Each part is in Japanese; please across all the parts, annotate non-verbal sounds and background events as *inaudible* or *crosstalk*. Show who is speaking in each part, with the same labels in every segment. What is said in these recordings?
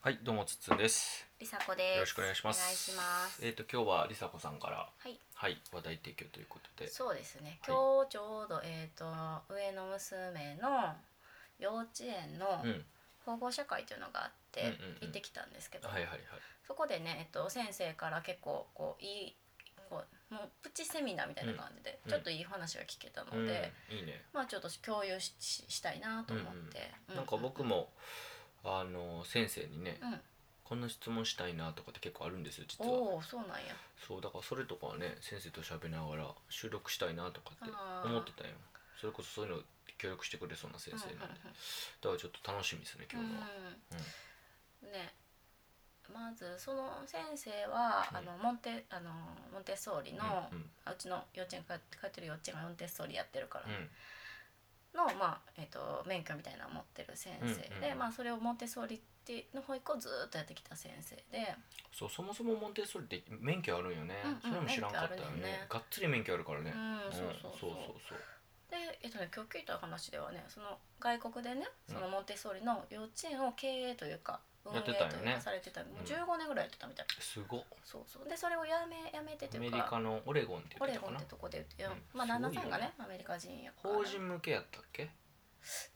Speaker 1: はい、どうもつっつんです。
Speaker 2: りさこです
Speaker 1: よろしくお願いします。
Speaker 2: お願いします
Speaker 1: えっ、と今日はりさこさんから
Speaker 2: はい
Speaker 1: はい話題提供ということで、
Speaker 2: そうですね
Speaker 1: はい
Speaker 2: 今日ちょうど、えっ、と上の娘の幼稚園の
Speaker 1: うん、
Speaker 2: 保護者会というのがあって、
Speaker 1: うんうんうん
Speaker 2: 行ってきたんですけど、
Speaker 1: はいはいはい、
Speaker 2: そこでね、えっと、先生から結構こういいこうもうプチセミナーみたいな感じで、
Speaker 1: うん
Speaker 2: ちょっといい話が聞けたので、
Speaker 1: うん、いいね。
Speaker 2: まあちょっと共有しししたいなと思って、う
Speaker 1: なんか僕もあの先生にね、
Speaker 2: うん
Speaker 1: こんな質問したいなとかって結構あるんですよ実は。
Speaker 2: おおそうなんや
Speaker 1: そうだからそれとかはね先生と喋りながら収録したいなとかって
Speaker 2: あー
Speaker 1: 思ってたよ。それこそそういうの協力してくれそうな先生なんで、だからちょっと楽しみですね
Speaker 2: うん
Speaker 1: 今
Speaker 2: うん
Speaker 1: 日の
Speaker 2: うん
Speaker 1: は。
Speaker 2: うんねまずその先生は、
Speaker 1: うん
Speaker 2: あのモンテあのモンテッソーリの、
Speaker 1: うんうん
Speaker 2: あうちの幼稚園か通ってる幼稚園がモンテッソーリやってるから、
Speaker 1: うん
Speaker 2: の、まあえー、と免許みたいなのを持ってる先生
Speaker 1: うんうん
Speaker 2: で、
Speaker 1: うん
Speaker 2: まあ、それをモンテッソーリっての保育をずーっとやってきた先生で
Speaker 1: そうそもそもモンテッソーリって免許あるんよね、
Speaker 2: うんうん
Speaker 1: それも知らんかったよね
Speaker 2: 免許あるよね
Speaker 1: がっつり免許あるからね、
Speaker 2: うん
Speaker 1: ん
Speaker 2: そうそうそう
Speaker 1: そうそう
Speaker 2: で、えっとね、今日聞いた話ではねその外国でね
Speaker 1: うん
Speaker 2: そのモンテッソーリの幼稚園を経営というか運営
Speaker 1: やっ
Speaker 2: と
Speaker 1: て
Speaker 2: い
Speaker 1: たよね
Speaker 2: うかされてたも
Speaker 1: うん
Speaker 2: う15年ぐらいやってたみたいな、
Speaker 1: すごっ
Speaker 2: そうそうでそれをやめやめてと
Speaker 1: ア
Speaker 2: い
Speaker 1: メ
Speaker 2: う
Speaker 1: リ
Speaker 2: か
Speaker 1: カのオレゴンって
Speaker 2: オ
Speaker 1: 言って
Speaker 2: レ
Speaker 1: た
Speaker 2: ゴン
Speaker 1: か
Speaker 2: っ
Speaker 1: な
Speaker 2: てとこで言って、
Speaker 1: うん
Speaker 2: まあ旦那さんが
Speaker 1: すごいよね
Speaker 2: ねアメリカ人やから
Speaker 1: 法人向けやったっけ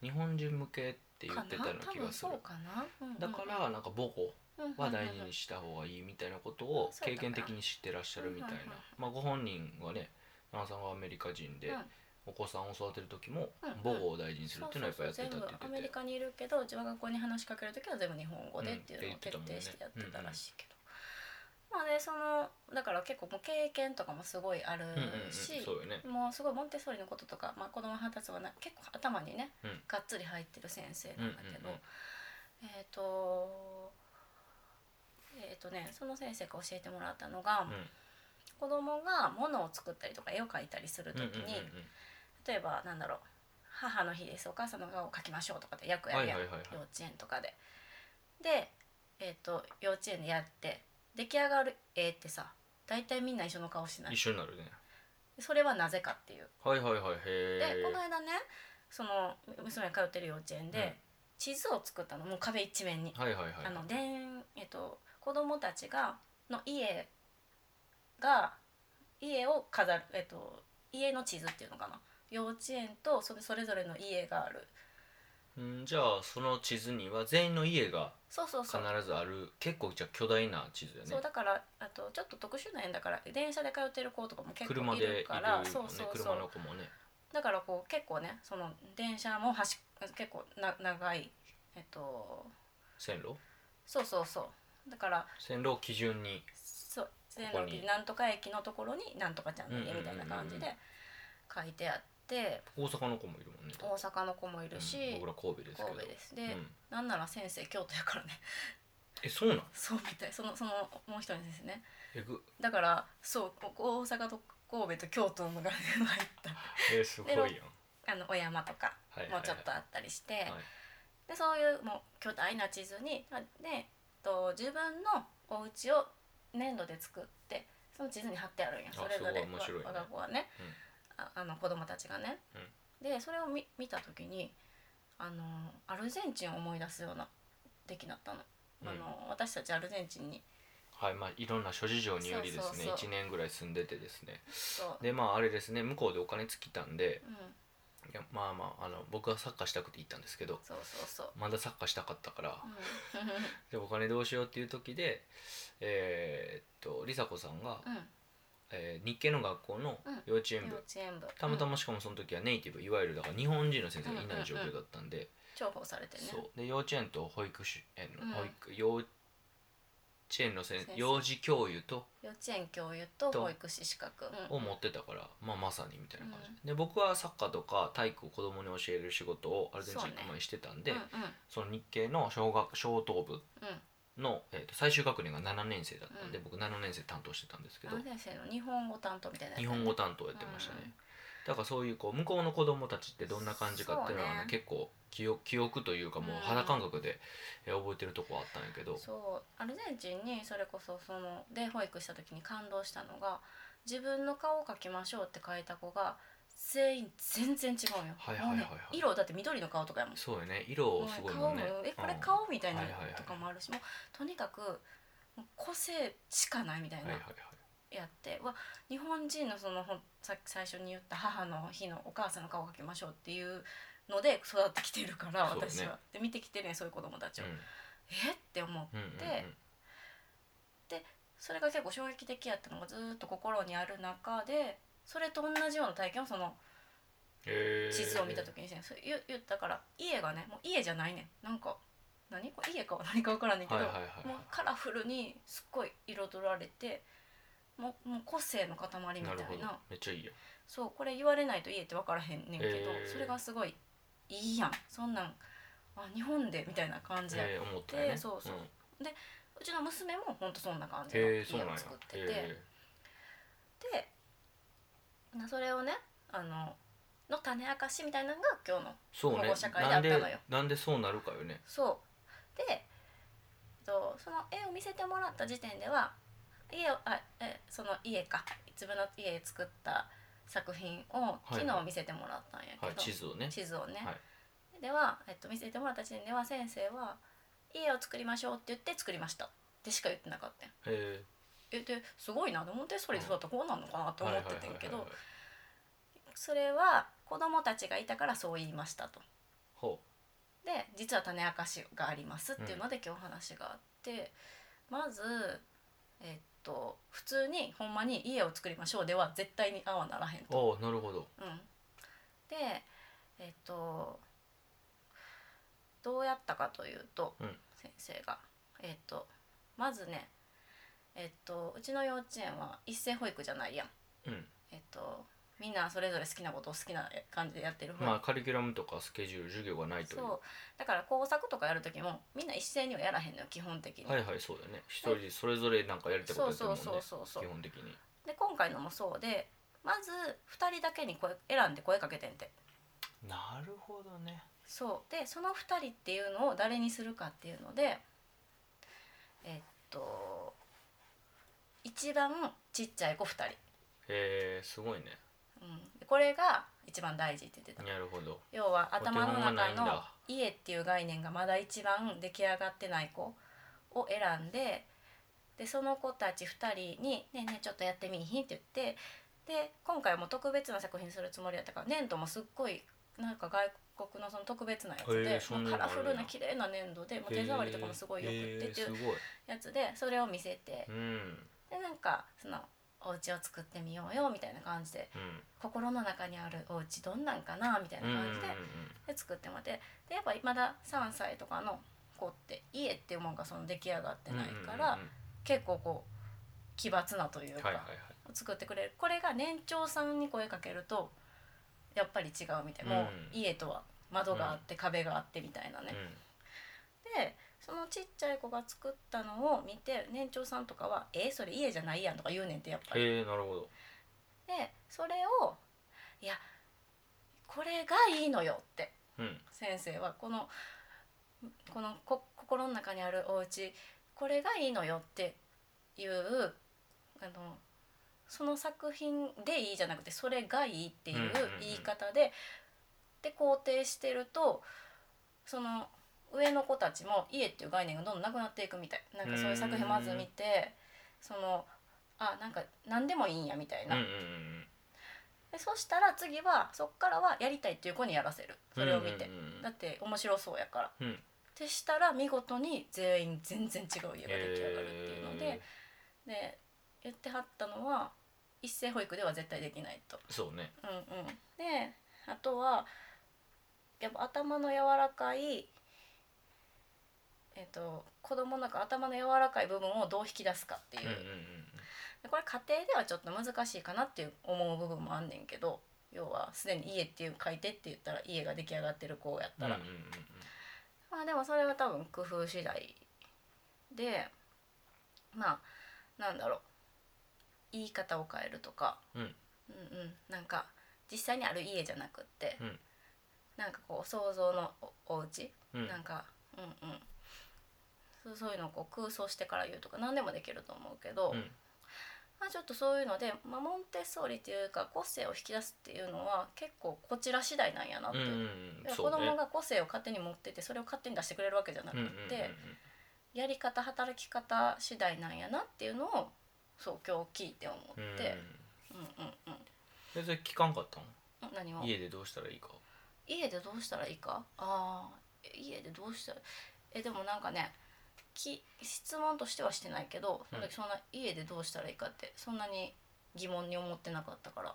Speaker 1: 日本人向けって言
Speaker 2: か
Speaker 1: っ
Speaker 2: な
Speaker 1: てたような
Speaker 2: 多
Speaker 1: 気が
Speaker 2: 分
Speaker 1: する
Speaker 2: そうかな、うんうんうん
Speaker 1: だからなんか母語
Speaker 2: うんうんうん
Speaker 1: は大事にした方がいいみたいなことを
Speaker 2: そうだ
Speaker 1: 経
Speaker 2: ね
Speaker 1: 験的に知ってらっしゃるみたいな
Speaker 2: うんうんうん、
Speaker 1: まあ、ご本人はね旦那さんがアメリカ人で、
Speaker 2: うん
Speaker 1: お子さんを育てる時も
Speaker 2: うんうん
Speaker 1: 母語を大事にする
Speaker 2: そ
Speaker 1: っ
Speaker 2: う
Speaker 1: て
Speaker 2: そ
Speaker 1: いうのはやっぱやってたっ
Speaker 2: うそう全部
Speaker 1: て
Speaker 2: ア
Speaker 1: 言っ
Speaker 2: メ
Speaker 1: て
Speaker 2: リ
Speaker 1: て
Speaker 2: カにいるけど自分が学校に話しかける時は全部日本語でっていう
Speaker 1: うん
Speaker 2: のを徹底してやってたらしいけど、まあねそのだから結構もう経験とかもすごいある
Speaker 1: うんうんうん
Speaker 2: し、
Speaker 1: そうよね
Speaker 2: もうすごいモンテッソーリのこととか、まあ、子供の発達はな結構頭にね、
Speaker 1: うん
Speaker 2: がっつり入ってる先生なんだけど、
Speaker 1: うんうん
Speaker 2: えっ、とえっ、とねその先生が教えてもらったのが、
Speaker 1: うん
Speaker 2: 子供が物を作ったりとか絵を描いたりする
Speaker 1: う
Speaker 2: 時
Speaker 1: んうん
Speaker 2: に、
Speaker 1: うんうん
Speaker 2: 例えばなんだろう「母の日ですお母さんの顔を描きましょう」とかって役やるやん、
Speaker 1: はいはいはいはい
Speaker 2: 幼稚園とかで。で、えっと幼稚園でやって出来上がる絵ってさ大体みんな一緒の顔してない
Speaker 1: 一緒になるね
Speaker 2: それはなぜかっていう。
Speaker 1: はいはいはいへえ
Speaker 2: でこの間ねその娘が通ってる幼稚園で、
Speaker 1: うん
Speaker 2: 地図を作ったのもう壁一面に、
Speaker 1: はいはいはい
Speaker 2: あのでんえっと子供たちがの家が家を飾るえっと家の地図っていうのかな幼稚園とそれそれぞれの家がある
Speaker 1: うんじゃあその地図には全員の家が
Speaker 2: そうそうそ
Speaker 1: 必
Speaker 2: う、
Speaker 1: ずある結構じゃあ巨大な地図よね
Speaker 2: そうだからあとちょっと特殊な園だから電車で通ってる子とかも結構
Speaker 1: 車
Speaker 2: い
Speaker 1: でいる
Speaker 2: る
Speaker 1: よ
Speaker 2: か
Speaker 1: ね
Speaker 2: らそうそうそ
Speaker 1: 車
Speaker 2: う
Speaker 1: の子もね
Speaker 2: だからこう結構ねその電車も端結構な長いえっと
Speaker 1: 線路
Speaker 2: そうそうそうだから
Speaker 1: 線路を基準に
Speaker 2: そう
Speaker 1: こ
Speaker 2: 線
Speaker 1: こ
Speaker 2: 路
Speaker 1: に
Speaker 2: になんとか駅のところになんとかちゃんの家みたいな感じ
Speaker 1: うんうんうん
Speaker 2: で書いてあって
Speaker 1: 大阪の子もいるもんね
Speaker 2: 大阪の子もいるし、
Speaker 1: うん僕ら神戸ですけど
Speaker 2: 神戸ですで、
Speaker 1: うん
Speaker 2: なんなら先生京都やからね *laughs*
Speaker 1: えそうなん
Speaker 2: そうみたいそのそのもう一人ですね
Speaker 1: えぐ
Speaker 2: だからそうここ大阪と神戸と京都の *laughs* が全部入っ
Speaker 1: えすごいやん
Speaker 2: でたあのお山とか
Speaker 1: はいはいはい
Speaker 2: もうちょっとあったりして、
Speaker 1: はい
Speaker 2: でそういうもう巨大な地図にあで、えっと、自分のお家を粘土で作ってその地図に貼ってあるんや
Speaker 1: あ
Speaker 2: それぞ
Speaker 1: す
Speaker 2: れ
Speaker 1: ごい面白いね
Speaker 2: わ我が子はね、ああの子供たちがね、でそれを見見た時にあのアルゼンチンを思い出すような出来だったの,、
Speaker 1: うん
Speaker 2: あの私たちアルゼンチンに
Speaker 1: はいまあいろんな諸事情によりですね
Speaker 2: そうそうそう
Speaker 1: 1年ぐらい住んでてですね
Speaker 2: そう、
Speaker 1: でまああれですね向こうでお金尽きたんで
Speaker 2: うん、
Speaker 1: いやまあまああの僕はサッカーしたくて行ったんですけど
Speaker 2: そうそうそう、
Speaker 1: まだサッカーしたかったから
Speaker 2: うん、
Speaker 1: でお金どうしようっていう時でえーっと梨紗子さん *laughs* が、
Speaker 2: うん
Speaker 1: えー日系の学校の
Speaker 2: うん
Speaker 1: 幼稚園部、
Speaker 2: 幼稚園部
Speaker 1: たまた
Speaker 2: うん
Speaker 1: ましかもその時はネイティブいわゆるだから日本人の先生がいない状況だったんで、
Speaker 2: 重宝されてね
Speaker 1: そうで幼稚園と保育士園の、
Speaker 2: うん
Speaker 1: 保育幼稚園の先
Speaker 2: 先生
Speaker 1: 幼児教諭と
Speaker 2: 幼稚園教諭と
Speaker 1: と
Speaker 2: 保育士資格、うん
Speaker 1: を持ってたから、まあ、まさにみたいな感じ、
Speaker 2: うん
Speaker 1: で僕はサッカーとか体育を子供に教える仕事をアルゼンチン行
Speaker 2: そう
Speaker 1: く
Speaker 2: ね
Speaker 1: 前にしてたんで
Speaker 2: うん
Speaker 1: そ,、の日系の小学小等部
Speaker 2: うんうん
Speaker 1: の、えーと最終学年が7年生だったんで、
Speaker 2: うん
Speaker 1: 僕7年生担当してたんですけど
Speaker 2: あの先生の日本語担当みたいなやつ
Speaker 1: 日
Speaker 2: やね
Speaker 1: 本語担当やってましたね、
Speaker 2: うん
Speaker 1: だからそういうこう向こうの子供たちってどんな感じかっていうのはね
Speaker 2: そうね
Speaker 1: 結構記憶記憶というかもう肌感覚でえー覚えてるとこはあったんやけど、
Speaker 2: そうアルゼンチンにそれこそそので保育した時に感動したのが自分の顔を描きましょうって書いた子が全員全然違うよ、
Speaker 1: はいはいはいはい
Speaker 2: もうね色だって緑の顔とかやもん
Speaker 1: そうよね色
Speaker 2: も
Speaker 1: す
Speaker 2: う
Speaker 1: ごい
Speaker 2: 顔
Speaker 1: も
Speaker 2: も
Speaker 1: んね
Speaker 2: えこ
Speaker 1: う
Speaker 2: れ
Speaker 1: ん
Speaker 2: 顔みたいな
Speaker 1: はいはいはい
Speaker 2: とかもあるしもうとにかくもう個性しかないみたい
Speaker 1: は
Speaker 2: ない
Speaker 1: はいはい
Speaker 2: やって、うわ日本人のそのほんさっき最初に言った母の日のお母さんの顔を描きましょうっていうので育ってきてるから
Speaker 1: そうね
Speaker 2: 私は、で見てきてるねそういう子供たちを、えって思う
Speaker 1: うんうんうんうん
Speaker 2: それが結構衝撃的やったのがずーっと心にある中でそれと同じような体験をその
Speaker 1: へー
Speaker 2: 地図を見た時にしてんそう言言ったから家がねもう家じゃないねんなんか何これ家かは何か分からんねんけ
Speaker 1: は
Speaker 2: ど、
Speaker 1: いはいはい
Speaker 2: もうカラフルにすっごい彩られてもうもう個性の塊み
Speaker 1: なる
Speaker 2: た
Speaker 1: ほ
Speaker 2: い
Speaker 1: ど
Speaker 2: な
Speaker 1: めっちゃいいよ
Speaker 2: そうこれ言われないと家って分からへんねんけど、
Speaker 1: へー
Speaker 2: それがすごいいいやんそんなんあ日本でみたいな感じや、
Speaker 1: えー思ったよね
Speaker 2: でそうそうんうちの娘もほんとそんな感じの
Speaker 1: へ
Speaker 2: 家
Speaker 1: え
Speaker 2: を
Speaker 1: そうなんや
Speaker 2: 作ってて、
Speaker 1: へ
Speaker 2: でなそれをねあのの種明かしみたいなのが今日の
Speaker 1: ーそう
Speaker 2: 保
Speaker 1: ね
Speaker 2: 護者会であ
Speaker 1: な
Speaker 2: っ
Speaker 1: ん
Speaker 2: た
Speaker 1: で
Speaker 2: のよ
Speaker 1: なんでそうなるかよね
Speaker 2: そうで、えっと、その絵を見せてもらった時点では家をあえその家か自分の家で作った作品
Speaker 1: い
Speaker 2: を
Speaker 1: はい
Speaker 2: 昨日見せてもらったんやけど、
Speaker 1: はい地図をね
Speaker 2: 地図をね、
Speaker 1: は
Speaker 2: では、えっと、見せてもらった時点では先生は「家を作りましょう」って言って作りましたってしか言ってなかったんや
Speaker 1: へ
Speaker 2: えですごいなでモンテッソーリで育ったらこうなんのかな
Speaker 1: ー
Speaker 2: と思っててん
Speaker 1: は
Speaker 2: け
Speaker 1: いは
Speaker 2: ど
Speaker 1: いはいはいはい
Speaker 2: それは子供たちがいたからそう言いましたと。
Speaker 1: ほ
Speaker 2: で実は種明かしがありますっていうので今日お話があって、まずえっと普通にほんまに家を作りましょうでは絶対にあはならへん
Speaker 1: う
Speaker 2: と。
Speaker 1: ああなるほど
Speaker 2: うん、でえっとどうやったかというと、
Speaker 1: うん
Speaker 2: 先生がえっとまずねえっとうちの幼稚園は一斉保育じゃないやん。
Speaker 1: うん
Speaker 2: えっとみんなそれぞれ好きなことを好きな感じでやってる保育
Speaker 1: まあカリキュラムとかスケジュール授業がないという
Speaker 2: そうだから工作とかやる時もみんな一斉にはやらへんのよ基本的に、
Speaker 1: はいはいそうだよね一人それぞれなんかやりたいこと
Speaker 2: そ
Speaker 1: や
Speaker 2: う
Speaker 1: ってるもん
Speaker 2: そう
Speaker 1: ね
Speaker 2: そうそうそう
Speaker 1: 基本的に
Speaker 2: で今回のもそうでまず2人だけに声選んで声かけてんて
Speaker 1: なるほどね
Speaker 2: そうでその2人っていうのを誰にするかっていうのでえっと一番ちっちゃい子2人、
Speaker 1: へえすごいね
Speaker 2: うん、これが一番大事って言ってた
Speaker 1: なるほど
Speaker 2: 要は頭の
Speaker 1: お手本がな
Speaker 2: 中
Speaker 1: いん
Speaker 2: の
Speaker 1: だ
Speaker 2: 家っていう概念がまだ一番出来上がってない子を選んででその子たち2人に「ねえねえちょっとやってみいひん」って言ってで今回も特別な作品するつもりやったから粘土もすっごいなんか外国のその特別なやつ
Speaker 1: へ
Speaker 2: で
Speaker 1: え、そん
Speaker 2: も
Speaker 1: な
Speaker 2: う
Speaker 1: の
Speaker 2: カ
Speaker 1: あるん
Speaker 2: ラ
Speaker 1: や
Speaker 2: フルな綺麗な粘土でもう手触りとかもすごいよくってって
Speaker 1: へ
Speaker 2: い
Speaker 1: ー
Speaker 2: う
Speaker 1: すごい
Speaker 2: やつでそれを見せて
Speaker 1: うん
Speaker 2: でなんかそのお家を作ってみようよみたいな感じで
Speaker 1: うん
Speaker 2: 心の中にあるお家どんなんかなみたいな
Speaker 1: うんうんうん
Speaker 2: 感じでで作ってもらってでやっぱまだ3歳とかの子って家っていうもんがその出来上がってないから、
Speaker 1: うんうんうん
Speaker 2: 結構こう奇抜なという
Speaker 1: うん
Speaker 2: か、
Speaker 1: はいはいはい
Speaker 2: 作ってくれるこれが年長さんに声かけるとやっぱり違うみたいな、もう
Speaker 1: うん
Speaker 2: 家とは窓があって壁があってみたいなね。でそのちっちゃい子が作ったのを見て年長さんとかは「えそれ家じゃないやん」とか言うねんってやっぱ
Speaker 1: うん
Speaker 2: り。
Speaker 1: へえなるほど
Speaker 2: でそれを「いやこれがいいのよ」って
Speaker 1: うん
Speaker 2: 先生はこのこのこ心の中にあるお家これがいいのよっていうあのその作品でいいじゃなくてそれがいいっていう
Speaker 1: うんうんうん
Speaker 2: 言い方で、で肯定してるとその上の子たちも家っていう概念がどんどんなくなっていくみたいなんかそういう作品まず見てそのあなんか何でもいいんやみたい
Speaker 1: うん
Speaker 2: な、
Speaker 1: うんうん
Speaker 2: でそしたら次はそっからはやりたいっていう子にやらせるそれを見て、
Speaker 1: うんうんうん
Speaker 2: だって面白そうやから。
Speaker 1: うん
Speaker 2: ってしたら見事に全員全然違う家が出来上がるっていうので
Speaker 1: へ,、
Speaker 2: で言ってはったのは一斉保育では絶対できないと。
Speaker 1: ーそうね
Speaker 2: うんうん、であとはやっぱ頭の柔らかい、えっと子供の中頭の柔らかい部分をどう引き出すかっていうう、
Speaker 1: んうんうん
Speaker 2: でこれ家庭ではちょっと難しいかなっていう思う部分もあんねんけど要はすでに家っていう書いてって言ったら家が出来上がってる子やった
Speaker 1: うんうん
Speaker 2: ら、
Speaker 1: うん
Speaker 2: まあでもそれは多分工夫次第でまあなんだろう言い方を変えるとか、
Speaker 1: うん
Speaker 2: うんうんなんか実際にある家じゃなくって、
Speaker 1: うん
Speaker 2: なんかこう想像のおお家、
Speaker 1: うんうん
Speaker 2: なんかうんうんそうそういうのをこう空想してから言うとか何でもできると思うけど、
Speaker 1: うん
Speaker 2: まあ、ちょっとそういうので、まあ、モンテッソーリというか個性を引き出すっていうのは結構こちら次第なんやなっ
Speaker 1: う
Speaker 2: て、
Speaker 1: んうんうん
Speaker 2: 子
Speaker 1: そうね
Speaker 2: 供が個性を勝手に持っててそれを勝手に出してくれるわけじゃなく
Speaker 1: う
Speaker 2: て、
Speaker 1: んうんうんうん
Speaker 2: やり方働き方次第なんやなっていうのをそう今日聞いて思って、
Speaker 1: うん
Speaker 2: うん、うんうん
Speaker 1: でそれ聞かんかった
Speaker 2: うん何
Speaker 1: の
Speaker 2: を
Speaker 1: 家でどうしたらいいか
Speaker 2: 家でどうしたらいいかああ家でどうしたらえでもなんかねき質問としてはしてないけどその
Speaker 1: うん
Speaker 2: 時そんな家でどうしたらいいかってそんなに疑問に思ってなかったから、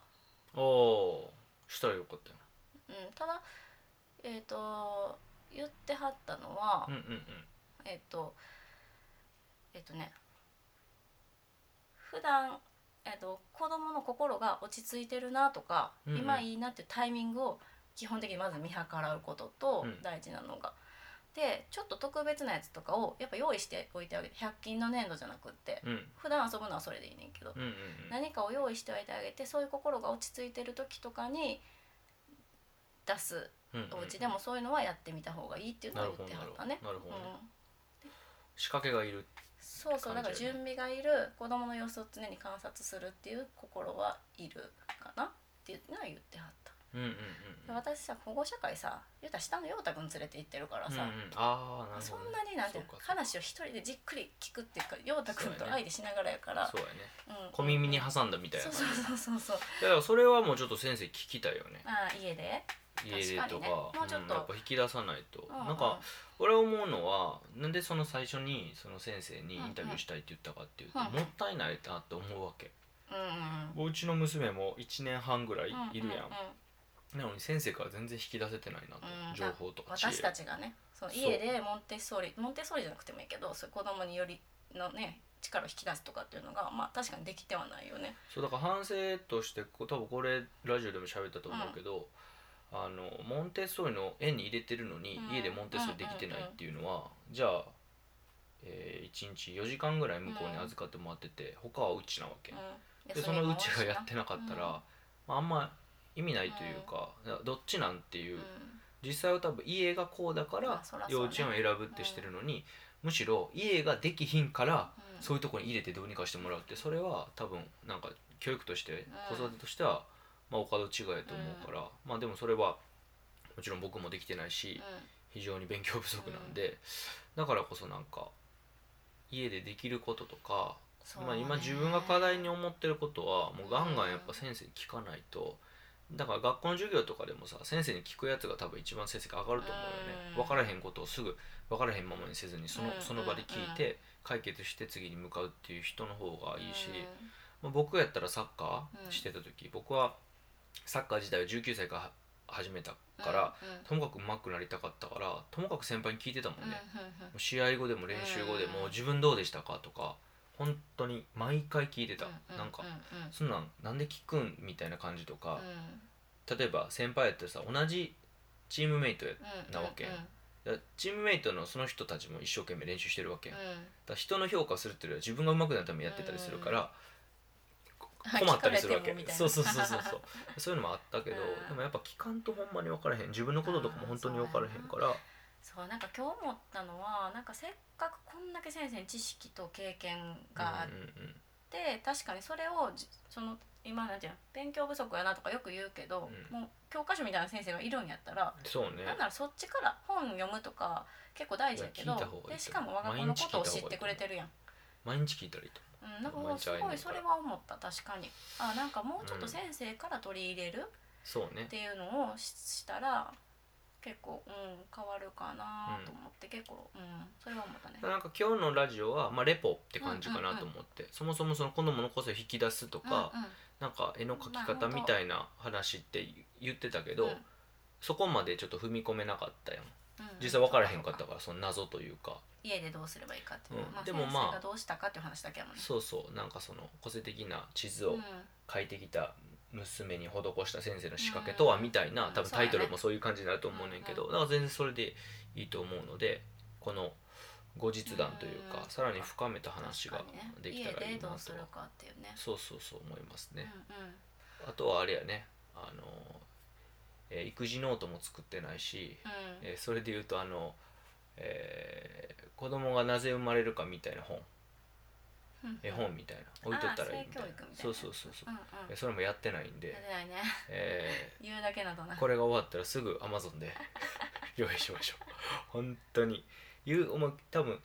Speaker 1: おおしたらよかったよ
Speaker 2: うん、ただえっ、と言ってはったのは、
Speaker 1: うんうん
Speaker 2: えっ、とえっ、とね普段えっ、と子供の心が落ち着いてるなとか、
Speaker 1: うんうん
Speaker 2: 今いいなっていうタイミングを基本的にまず見計らうことと
Speaker 1: うん
Speaker 2: 大事なのが。でちょっと特別なやつとかをやっぱ用意しておいてあげて100均の粘土じゃなくって
Speaker 1: うんうん
Speaker 2: 普段遊ぶのはそれでいいねんけど、
Speaker 1: うんうんうん
Speaker 2: 何かを用意しておいてあげてそういう心が落ち着いてる時とかに出す
Speaker 1: うんうん
Speaker 2: お家でもそういうのはやってみた方がいいっていうの
Speaker 1: なる
Speaker 2: を
Speaker 1: ほ
Speaker 2: 言
Speaker 1: ど
Speaker 2: って
Speaker 1: なる
Speaker 2: はっ
Speaker 1: ほ
Speaker 2: た
Speaker 1: ど
Speaker 2: ね。
Speaker 1: なるほどね
Speaker 2: うん
Speaker 1: 仕掛けがいる
Speaker 2: そうそうだ
Speaker 1: 感
Speaker 2: から
Speaker 1: じや
Speaker 2: 準
Speaker 1: ね
Speaker 2: 備がいる子供の様子を常に観察するっていう心はいるかなっていうのは言ってはった、
Speaker 1: うんうんうん
Speaker 2: で私さ保護者会さ言うたら下の陽太くん連れて行ってるから
Speaker 1: うんう
Speaker 2: さ、
Speaker 1: んああなる
Speaker 2: そ
Speaker 1: ほど
Speaker 2: んなになんて
Speaker 1: そ
Speaker 2: いうう
Speaker 1: か
Speaker 2: の
Speaker 1: そうか
Speaker 2: 話を一人でじっくり聞くっていうか陽太くん
Speaker 1: そう
Speaker 2: と
Speaker 1: やね
Speaker 2: 相手しながらやから
Speaker 1: そうやね
Speaker 2: うん
Speaker 1: 小耳に挟んだみたいな
Speaker 2: そう
Speaker 1: 感じ
Speaker 2: そうそうそうそう
Speaker 1: だからそれはもうちょっと先生聞きたいよね
Speaker 2: ああ家で
Speaker 1: 家でとか
Speaker 2: 確かにねもうちょっと
Speaker 1: んやっぱ引き出さないと、
Speaker 2: うんうん
Speaker 1: なんか俺思うのはなんでその最初にその先生にインタビューしたいって言ったかっていうと、
Speaker 2: うんうん
Speaker 1: もったいないなって思うわけ、
Speaker 2: うんうん
Speaker 1: うちの娘も1年半ぐらい
Speaker 2: うん
Speaker 1: いるやん,、
Speaker 2: うんうん
Speaker 1: なのに先生から全然引き出せてないなと、
Speaker 2: うん
Speaker 1: 情報とか知恵
Speaker 2: 私たちがねその
Speaker 1: そう
Speaker 2: 家でモンテッソーリモンテッソーリじゃなくてもいいけどそういう子供によりのね力を引き出すとかっていうのがまあ確かにできてはないよね。
Speaker 1: そうだから反省としてこ多分これラジオでも喋ったと思うけど、あのモンテッソーリの絵に入れてるのに、
Speaker 2: うん
Speaker 1: 家でモンテッソーリできてないっていうのは、じゃあ、え1日4時間ぐらい向こうに預かってもらってて、他はうちなわけ、
Speaker 2: うん、
Speaker 1: でそのうちがやってなかったら、
Speaker 2: うん
Speaker 1: まあ、あんま意味ないというか、だからどっちなんっていうう、
Speaker 2: ん
Speaker 1: 実際は多分家がこうだか
Speaker 2: ま
Speaker 1: ら
Speaker 2: あそらそ
Speaker 1: 幼
Speaker 2: うね
Speaker 1: 稚園を選ぶってしてるのに、むしろ家ができひんから、そういうところに入れてどうにかしてもらうってそれは多分なんか教育として
Speaker 2: う
Speaker 1: 子
Speaker 2: ん
Speaker 1: 育てとしては、まあ、お門違いやと思うから、まあでもそれはもちろん僕もできてないし非常に勉強不足なんで、だからこそなんか家でできることとか、まあ、今自分が課題に
Speaker 2: 思
Speaker 1: 思ってることはもうガンガンやっぱ先生に聞かないと。だから学校の授業とかでもさ先生に聞くやつが多分一番成績上がると思うよね、
Speaker 2: うん
Speaker 1: 分からへんことをすぐ分からへんままにせずにその,、
Speaker 2: うん
Speaker 1: その場で聞いて解決して次に向かうっていう人の方がいいし、まあ、僕やったらサッカーしてた時、僕はサッカー自体は19歳から始めたから、、
Speaker 2: うんうん
Speaker 1: ともかく上手くなりたかったからともかく先輩に聞いてたもんね、も
Speaker 2: うんうん
Speaker 1: う試合後でも練習後で
Speaker 2: うん
Speaker 1: も自分どうでしたかとか本当に毎回聞いてた、
Speaker 2: う
Speaker 1: なんか
Speaker 2: ううん
Speaker 1: そんなんなんで聞くんみたいな感じとか、
Speaker 2: うん
Speaker 1: 例えば先輩やったらさ同じチームメイトや
Speaker 2: うん
Speaker 1: なわけ
Speaker 2: うん
Speaker 1: だからチームメイトのその人たちも一生懸命練習してるわけ
Speaker 2: う
Speaker 1: や
Speaker 2: ん
Speaker 1: ん、だから人の評価するっていうよりは自分が上手くなるためにやってたりするから、こ
Speaker 2: はい
Speaker 1: 困ったりするわ
Speaker 2: 聞か
Speaker 1: け
Speaker 2: れてもみたいな
Speaker 1: そうそうそうそうそう
Speaker 2: *laughs*
Speaker 1: そういうのもあったけど、
Speaker 2: うん
Speaker 1: でもやっぱ聞かんとほんまに分からへん自分のこととかも本当に分からへんから
Speaker 2: そうなんか今日思ったのはなんかせっかくこんだけ先生に知識と経験があっ
Speaker 1: うんうん
Speaker 2: で確かにそれをじその今なんていうの勉強不足やなとかよく言うけど、
Speaker 1: う
Speaker 2: もう教科書みたいな先生がいるんやったら、
Speaker 1: うんそうね
Speaker 2: なんならそっちから本読むとか結構大事やけど
Speaker 1: いや聞いた方がいいと思う
Speaker 2: でしかも我が子のことを知ってくれてるやん。
Speaker 1: 毎日聞いたらいいと
Speaker 2: うん、なんかもうす
Speaker 1: 毎日会いに行
Speaker 2: ご
Speaker 1: く
Speaker 2: いそれは思った確かにあなんかもうちょっと先生から取り入れる
Speaker 1: 思うそうね
Speaker 2: っていうのをししたら結構、うん、変わるかなと思って、結構、うん、それは思ったね。
Speaker 1: なんか今日のラジオは、まあ、レポって感じかなと思って、そもそもその子供の個性を引き出すとか、
Speaker 2: うんうん
Speaker 1: なんか絵の描き方みたいな話って言ってたけど、
Speaker 2: うん
Speaker 1: そこまでちょっと踏み込めなかったやん
Speaker 2: うん
Speaker 1: 実際分からへんかったからその謎というか
Speaker 2: 家でどうすればいいかっていうのは、
Speaker 1: うん
Speaker 2: まあ、
Speaker 1: でもまあ
Speaker 2: 先生がどうしたかっていう話だけやもんね。
Speaker 1: そうそうなんかその個性的な地図を
Speaker 2: うん
Speaker 1: 描いてきた娘に施した先生の仕掛けとは
Speaker 2: うん
Speaker 1: みたいな多
Speaker 2: うん
Speaker 1: 分タ
Speaker 2: そうやね
Speaker 1: イトルもそういう感じになると思うねんけ
Speaker 2: う
Speaker 1: どだから全然それでいいと思うのでこの後日談という
Speaker 2: う
Speaker 1: か
Speaker 2: ん
Speaker 1: さらに深めた話が
Speaker 2: 確かにね
Speaker 1: できたらいい
Speaker 2: 家
Speaker 1: なと
Speaker 2: でど
Speaker 1: は
Speaker 2: うするかっていうね
Speaker 1: そうそうそう思いますね。
Speaker 2: うんうん
Speaker 1: あとはあれやねあの、えー育児ノートも作ってないし、
Speaker 2: うん
Speaker 1: えーそれで言うとあの、えー子供がなぜ生まれるかみたいな本
Speaker 2: うん
Speaker 1: 絵本みたいな置いとったらいいみたい
Speaker 2: あ
Speaker 1: な
Speaker 2: ー性教育みたい
Speaker 1: そ
Speaker 2: な
Speaker 1: うそうそうそう
Speaker 2: うんうん
Speaker 1: えそれもやってないんで
Speaker 2: やってないね
Speaker 1: え
Speaker 2: 言うだけなどな
Speaker 1: ーこれが終わったらすぐアマゾンで用意しましょう本当に言う思う多分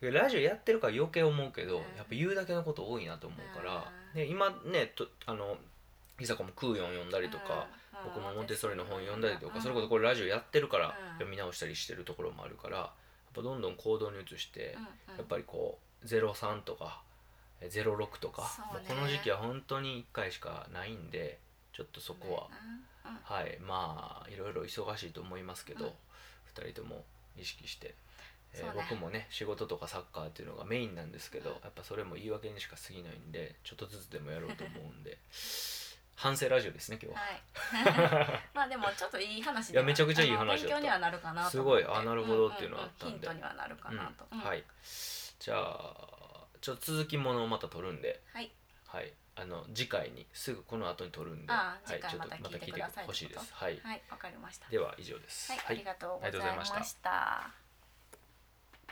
Speaker 1: ラジオやってるから余計思うけど、
Speaker 2: うん
Speaker 1: やっぱ言うだけのこと多いなと思うから、
Speaker 2: うん
Speaker 1: で今ねとあのいさこも「クーヨン」読んだりとか、
Speaker 2: うん
Speaker 1: 僕も
Speaker 2: うん
Speaker 1: モンテッソーリの本読んだりとか、
Speaker 2: うん
Speaker 1: それこそこれラジオやってるから
Speaker 2: うん
Speaker 1: 読み直したりしてるところもあるからやっぱどんどん行動に移して
Speaker 2: う、んうん
Speaker 1: やっぱりこう03とかえ06とか
Speaker 2: そうね
Speaker 1: もうこの時期は本当に1回しかないんでちょっとそこは、
Speaker 2: うんうん
Speaker 1: はいまあいろいろ忙しいと思いますけど、
Speaker 2: うん
Speaker 1: 2人とも意識して、えー
Speaker 2: そうね
Speaker 1: 僕もね仕事とかサッカーっていうのがメインなんですけど、
Speaker 2: うん
Speaker 1: やっぱそれも言い訳にしか過ぎないんでちょっとずつでもやろうと思うんで反省ラジオですね今日は。
Speaker 2: はい *laughs* まあでもちょっといい話ではい
Speaker 1: やめちゃくちゃいい話だった
Speaker 2: あの勉強にはなるかなと
Speaker 1: すごいあなるほどっていうのはあったんで
Speaker 2: ヒントにはなるかなと、
Speaker 1: うん
Speaker 2: うん
Speaker 1: はいじゃあちょっと続きものをまた撮るんで、
Speaker 2: はい
Speaker 1: はい、あの次回にすぐこの後に撮るんで、
Speaker 2: あー
Speaker 1: はい、
Speaker 2: 次回
Speaker 1: ちょっと
Speaker 2: また
Speaker 1: また聞い
Speaker 2: 聞いてく
Speaker 1: て
Speaker 2: ださいっ
Speaker 1: ほ
Speaker 2: てこと
Speaker 1: しいです。はい、
Speaker 2: はいわかりました
Speaker 1: では以上です。
Speaker 2: はい、ありがとう
Speaker 1: あ
Speaker 2: ご
Speaker 1: りがと
Speaker 2: ざ
Speaker 1: うござい
Speaker 2: い
Speaker 1: ま
Speaker 2: ま
Speaker 1: した
Speaker 2: した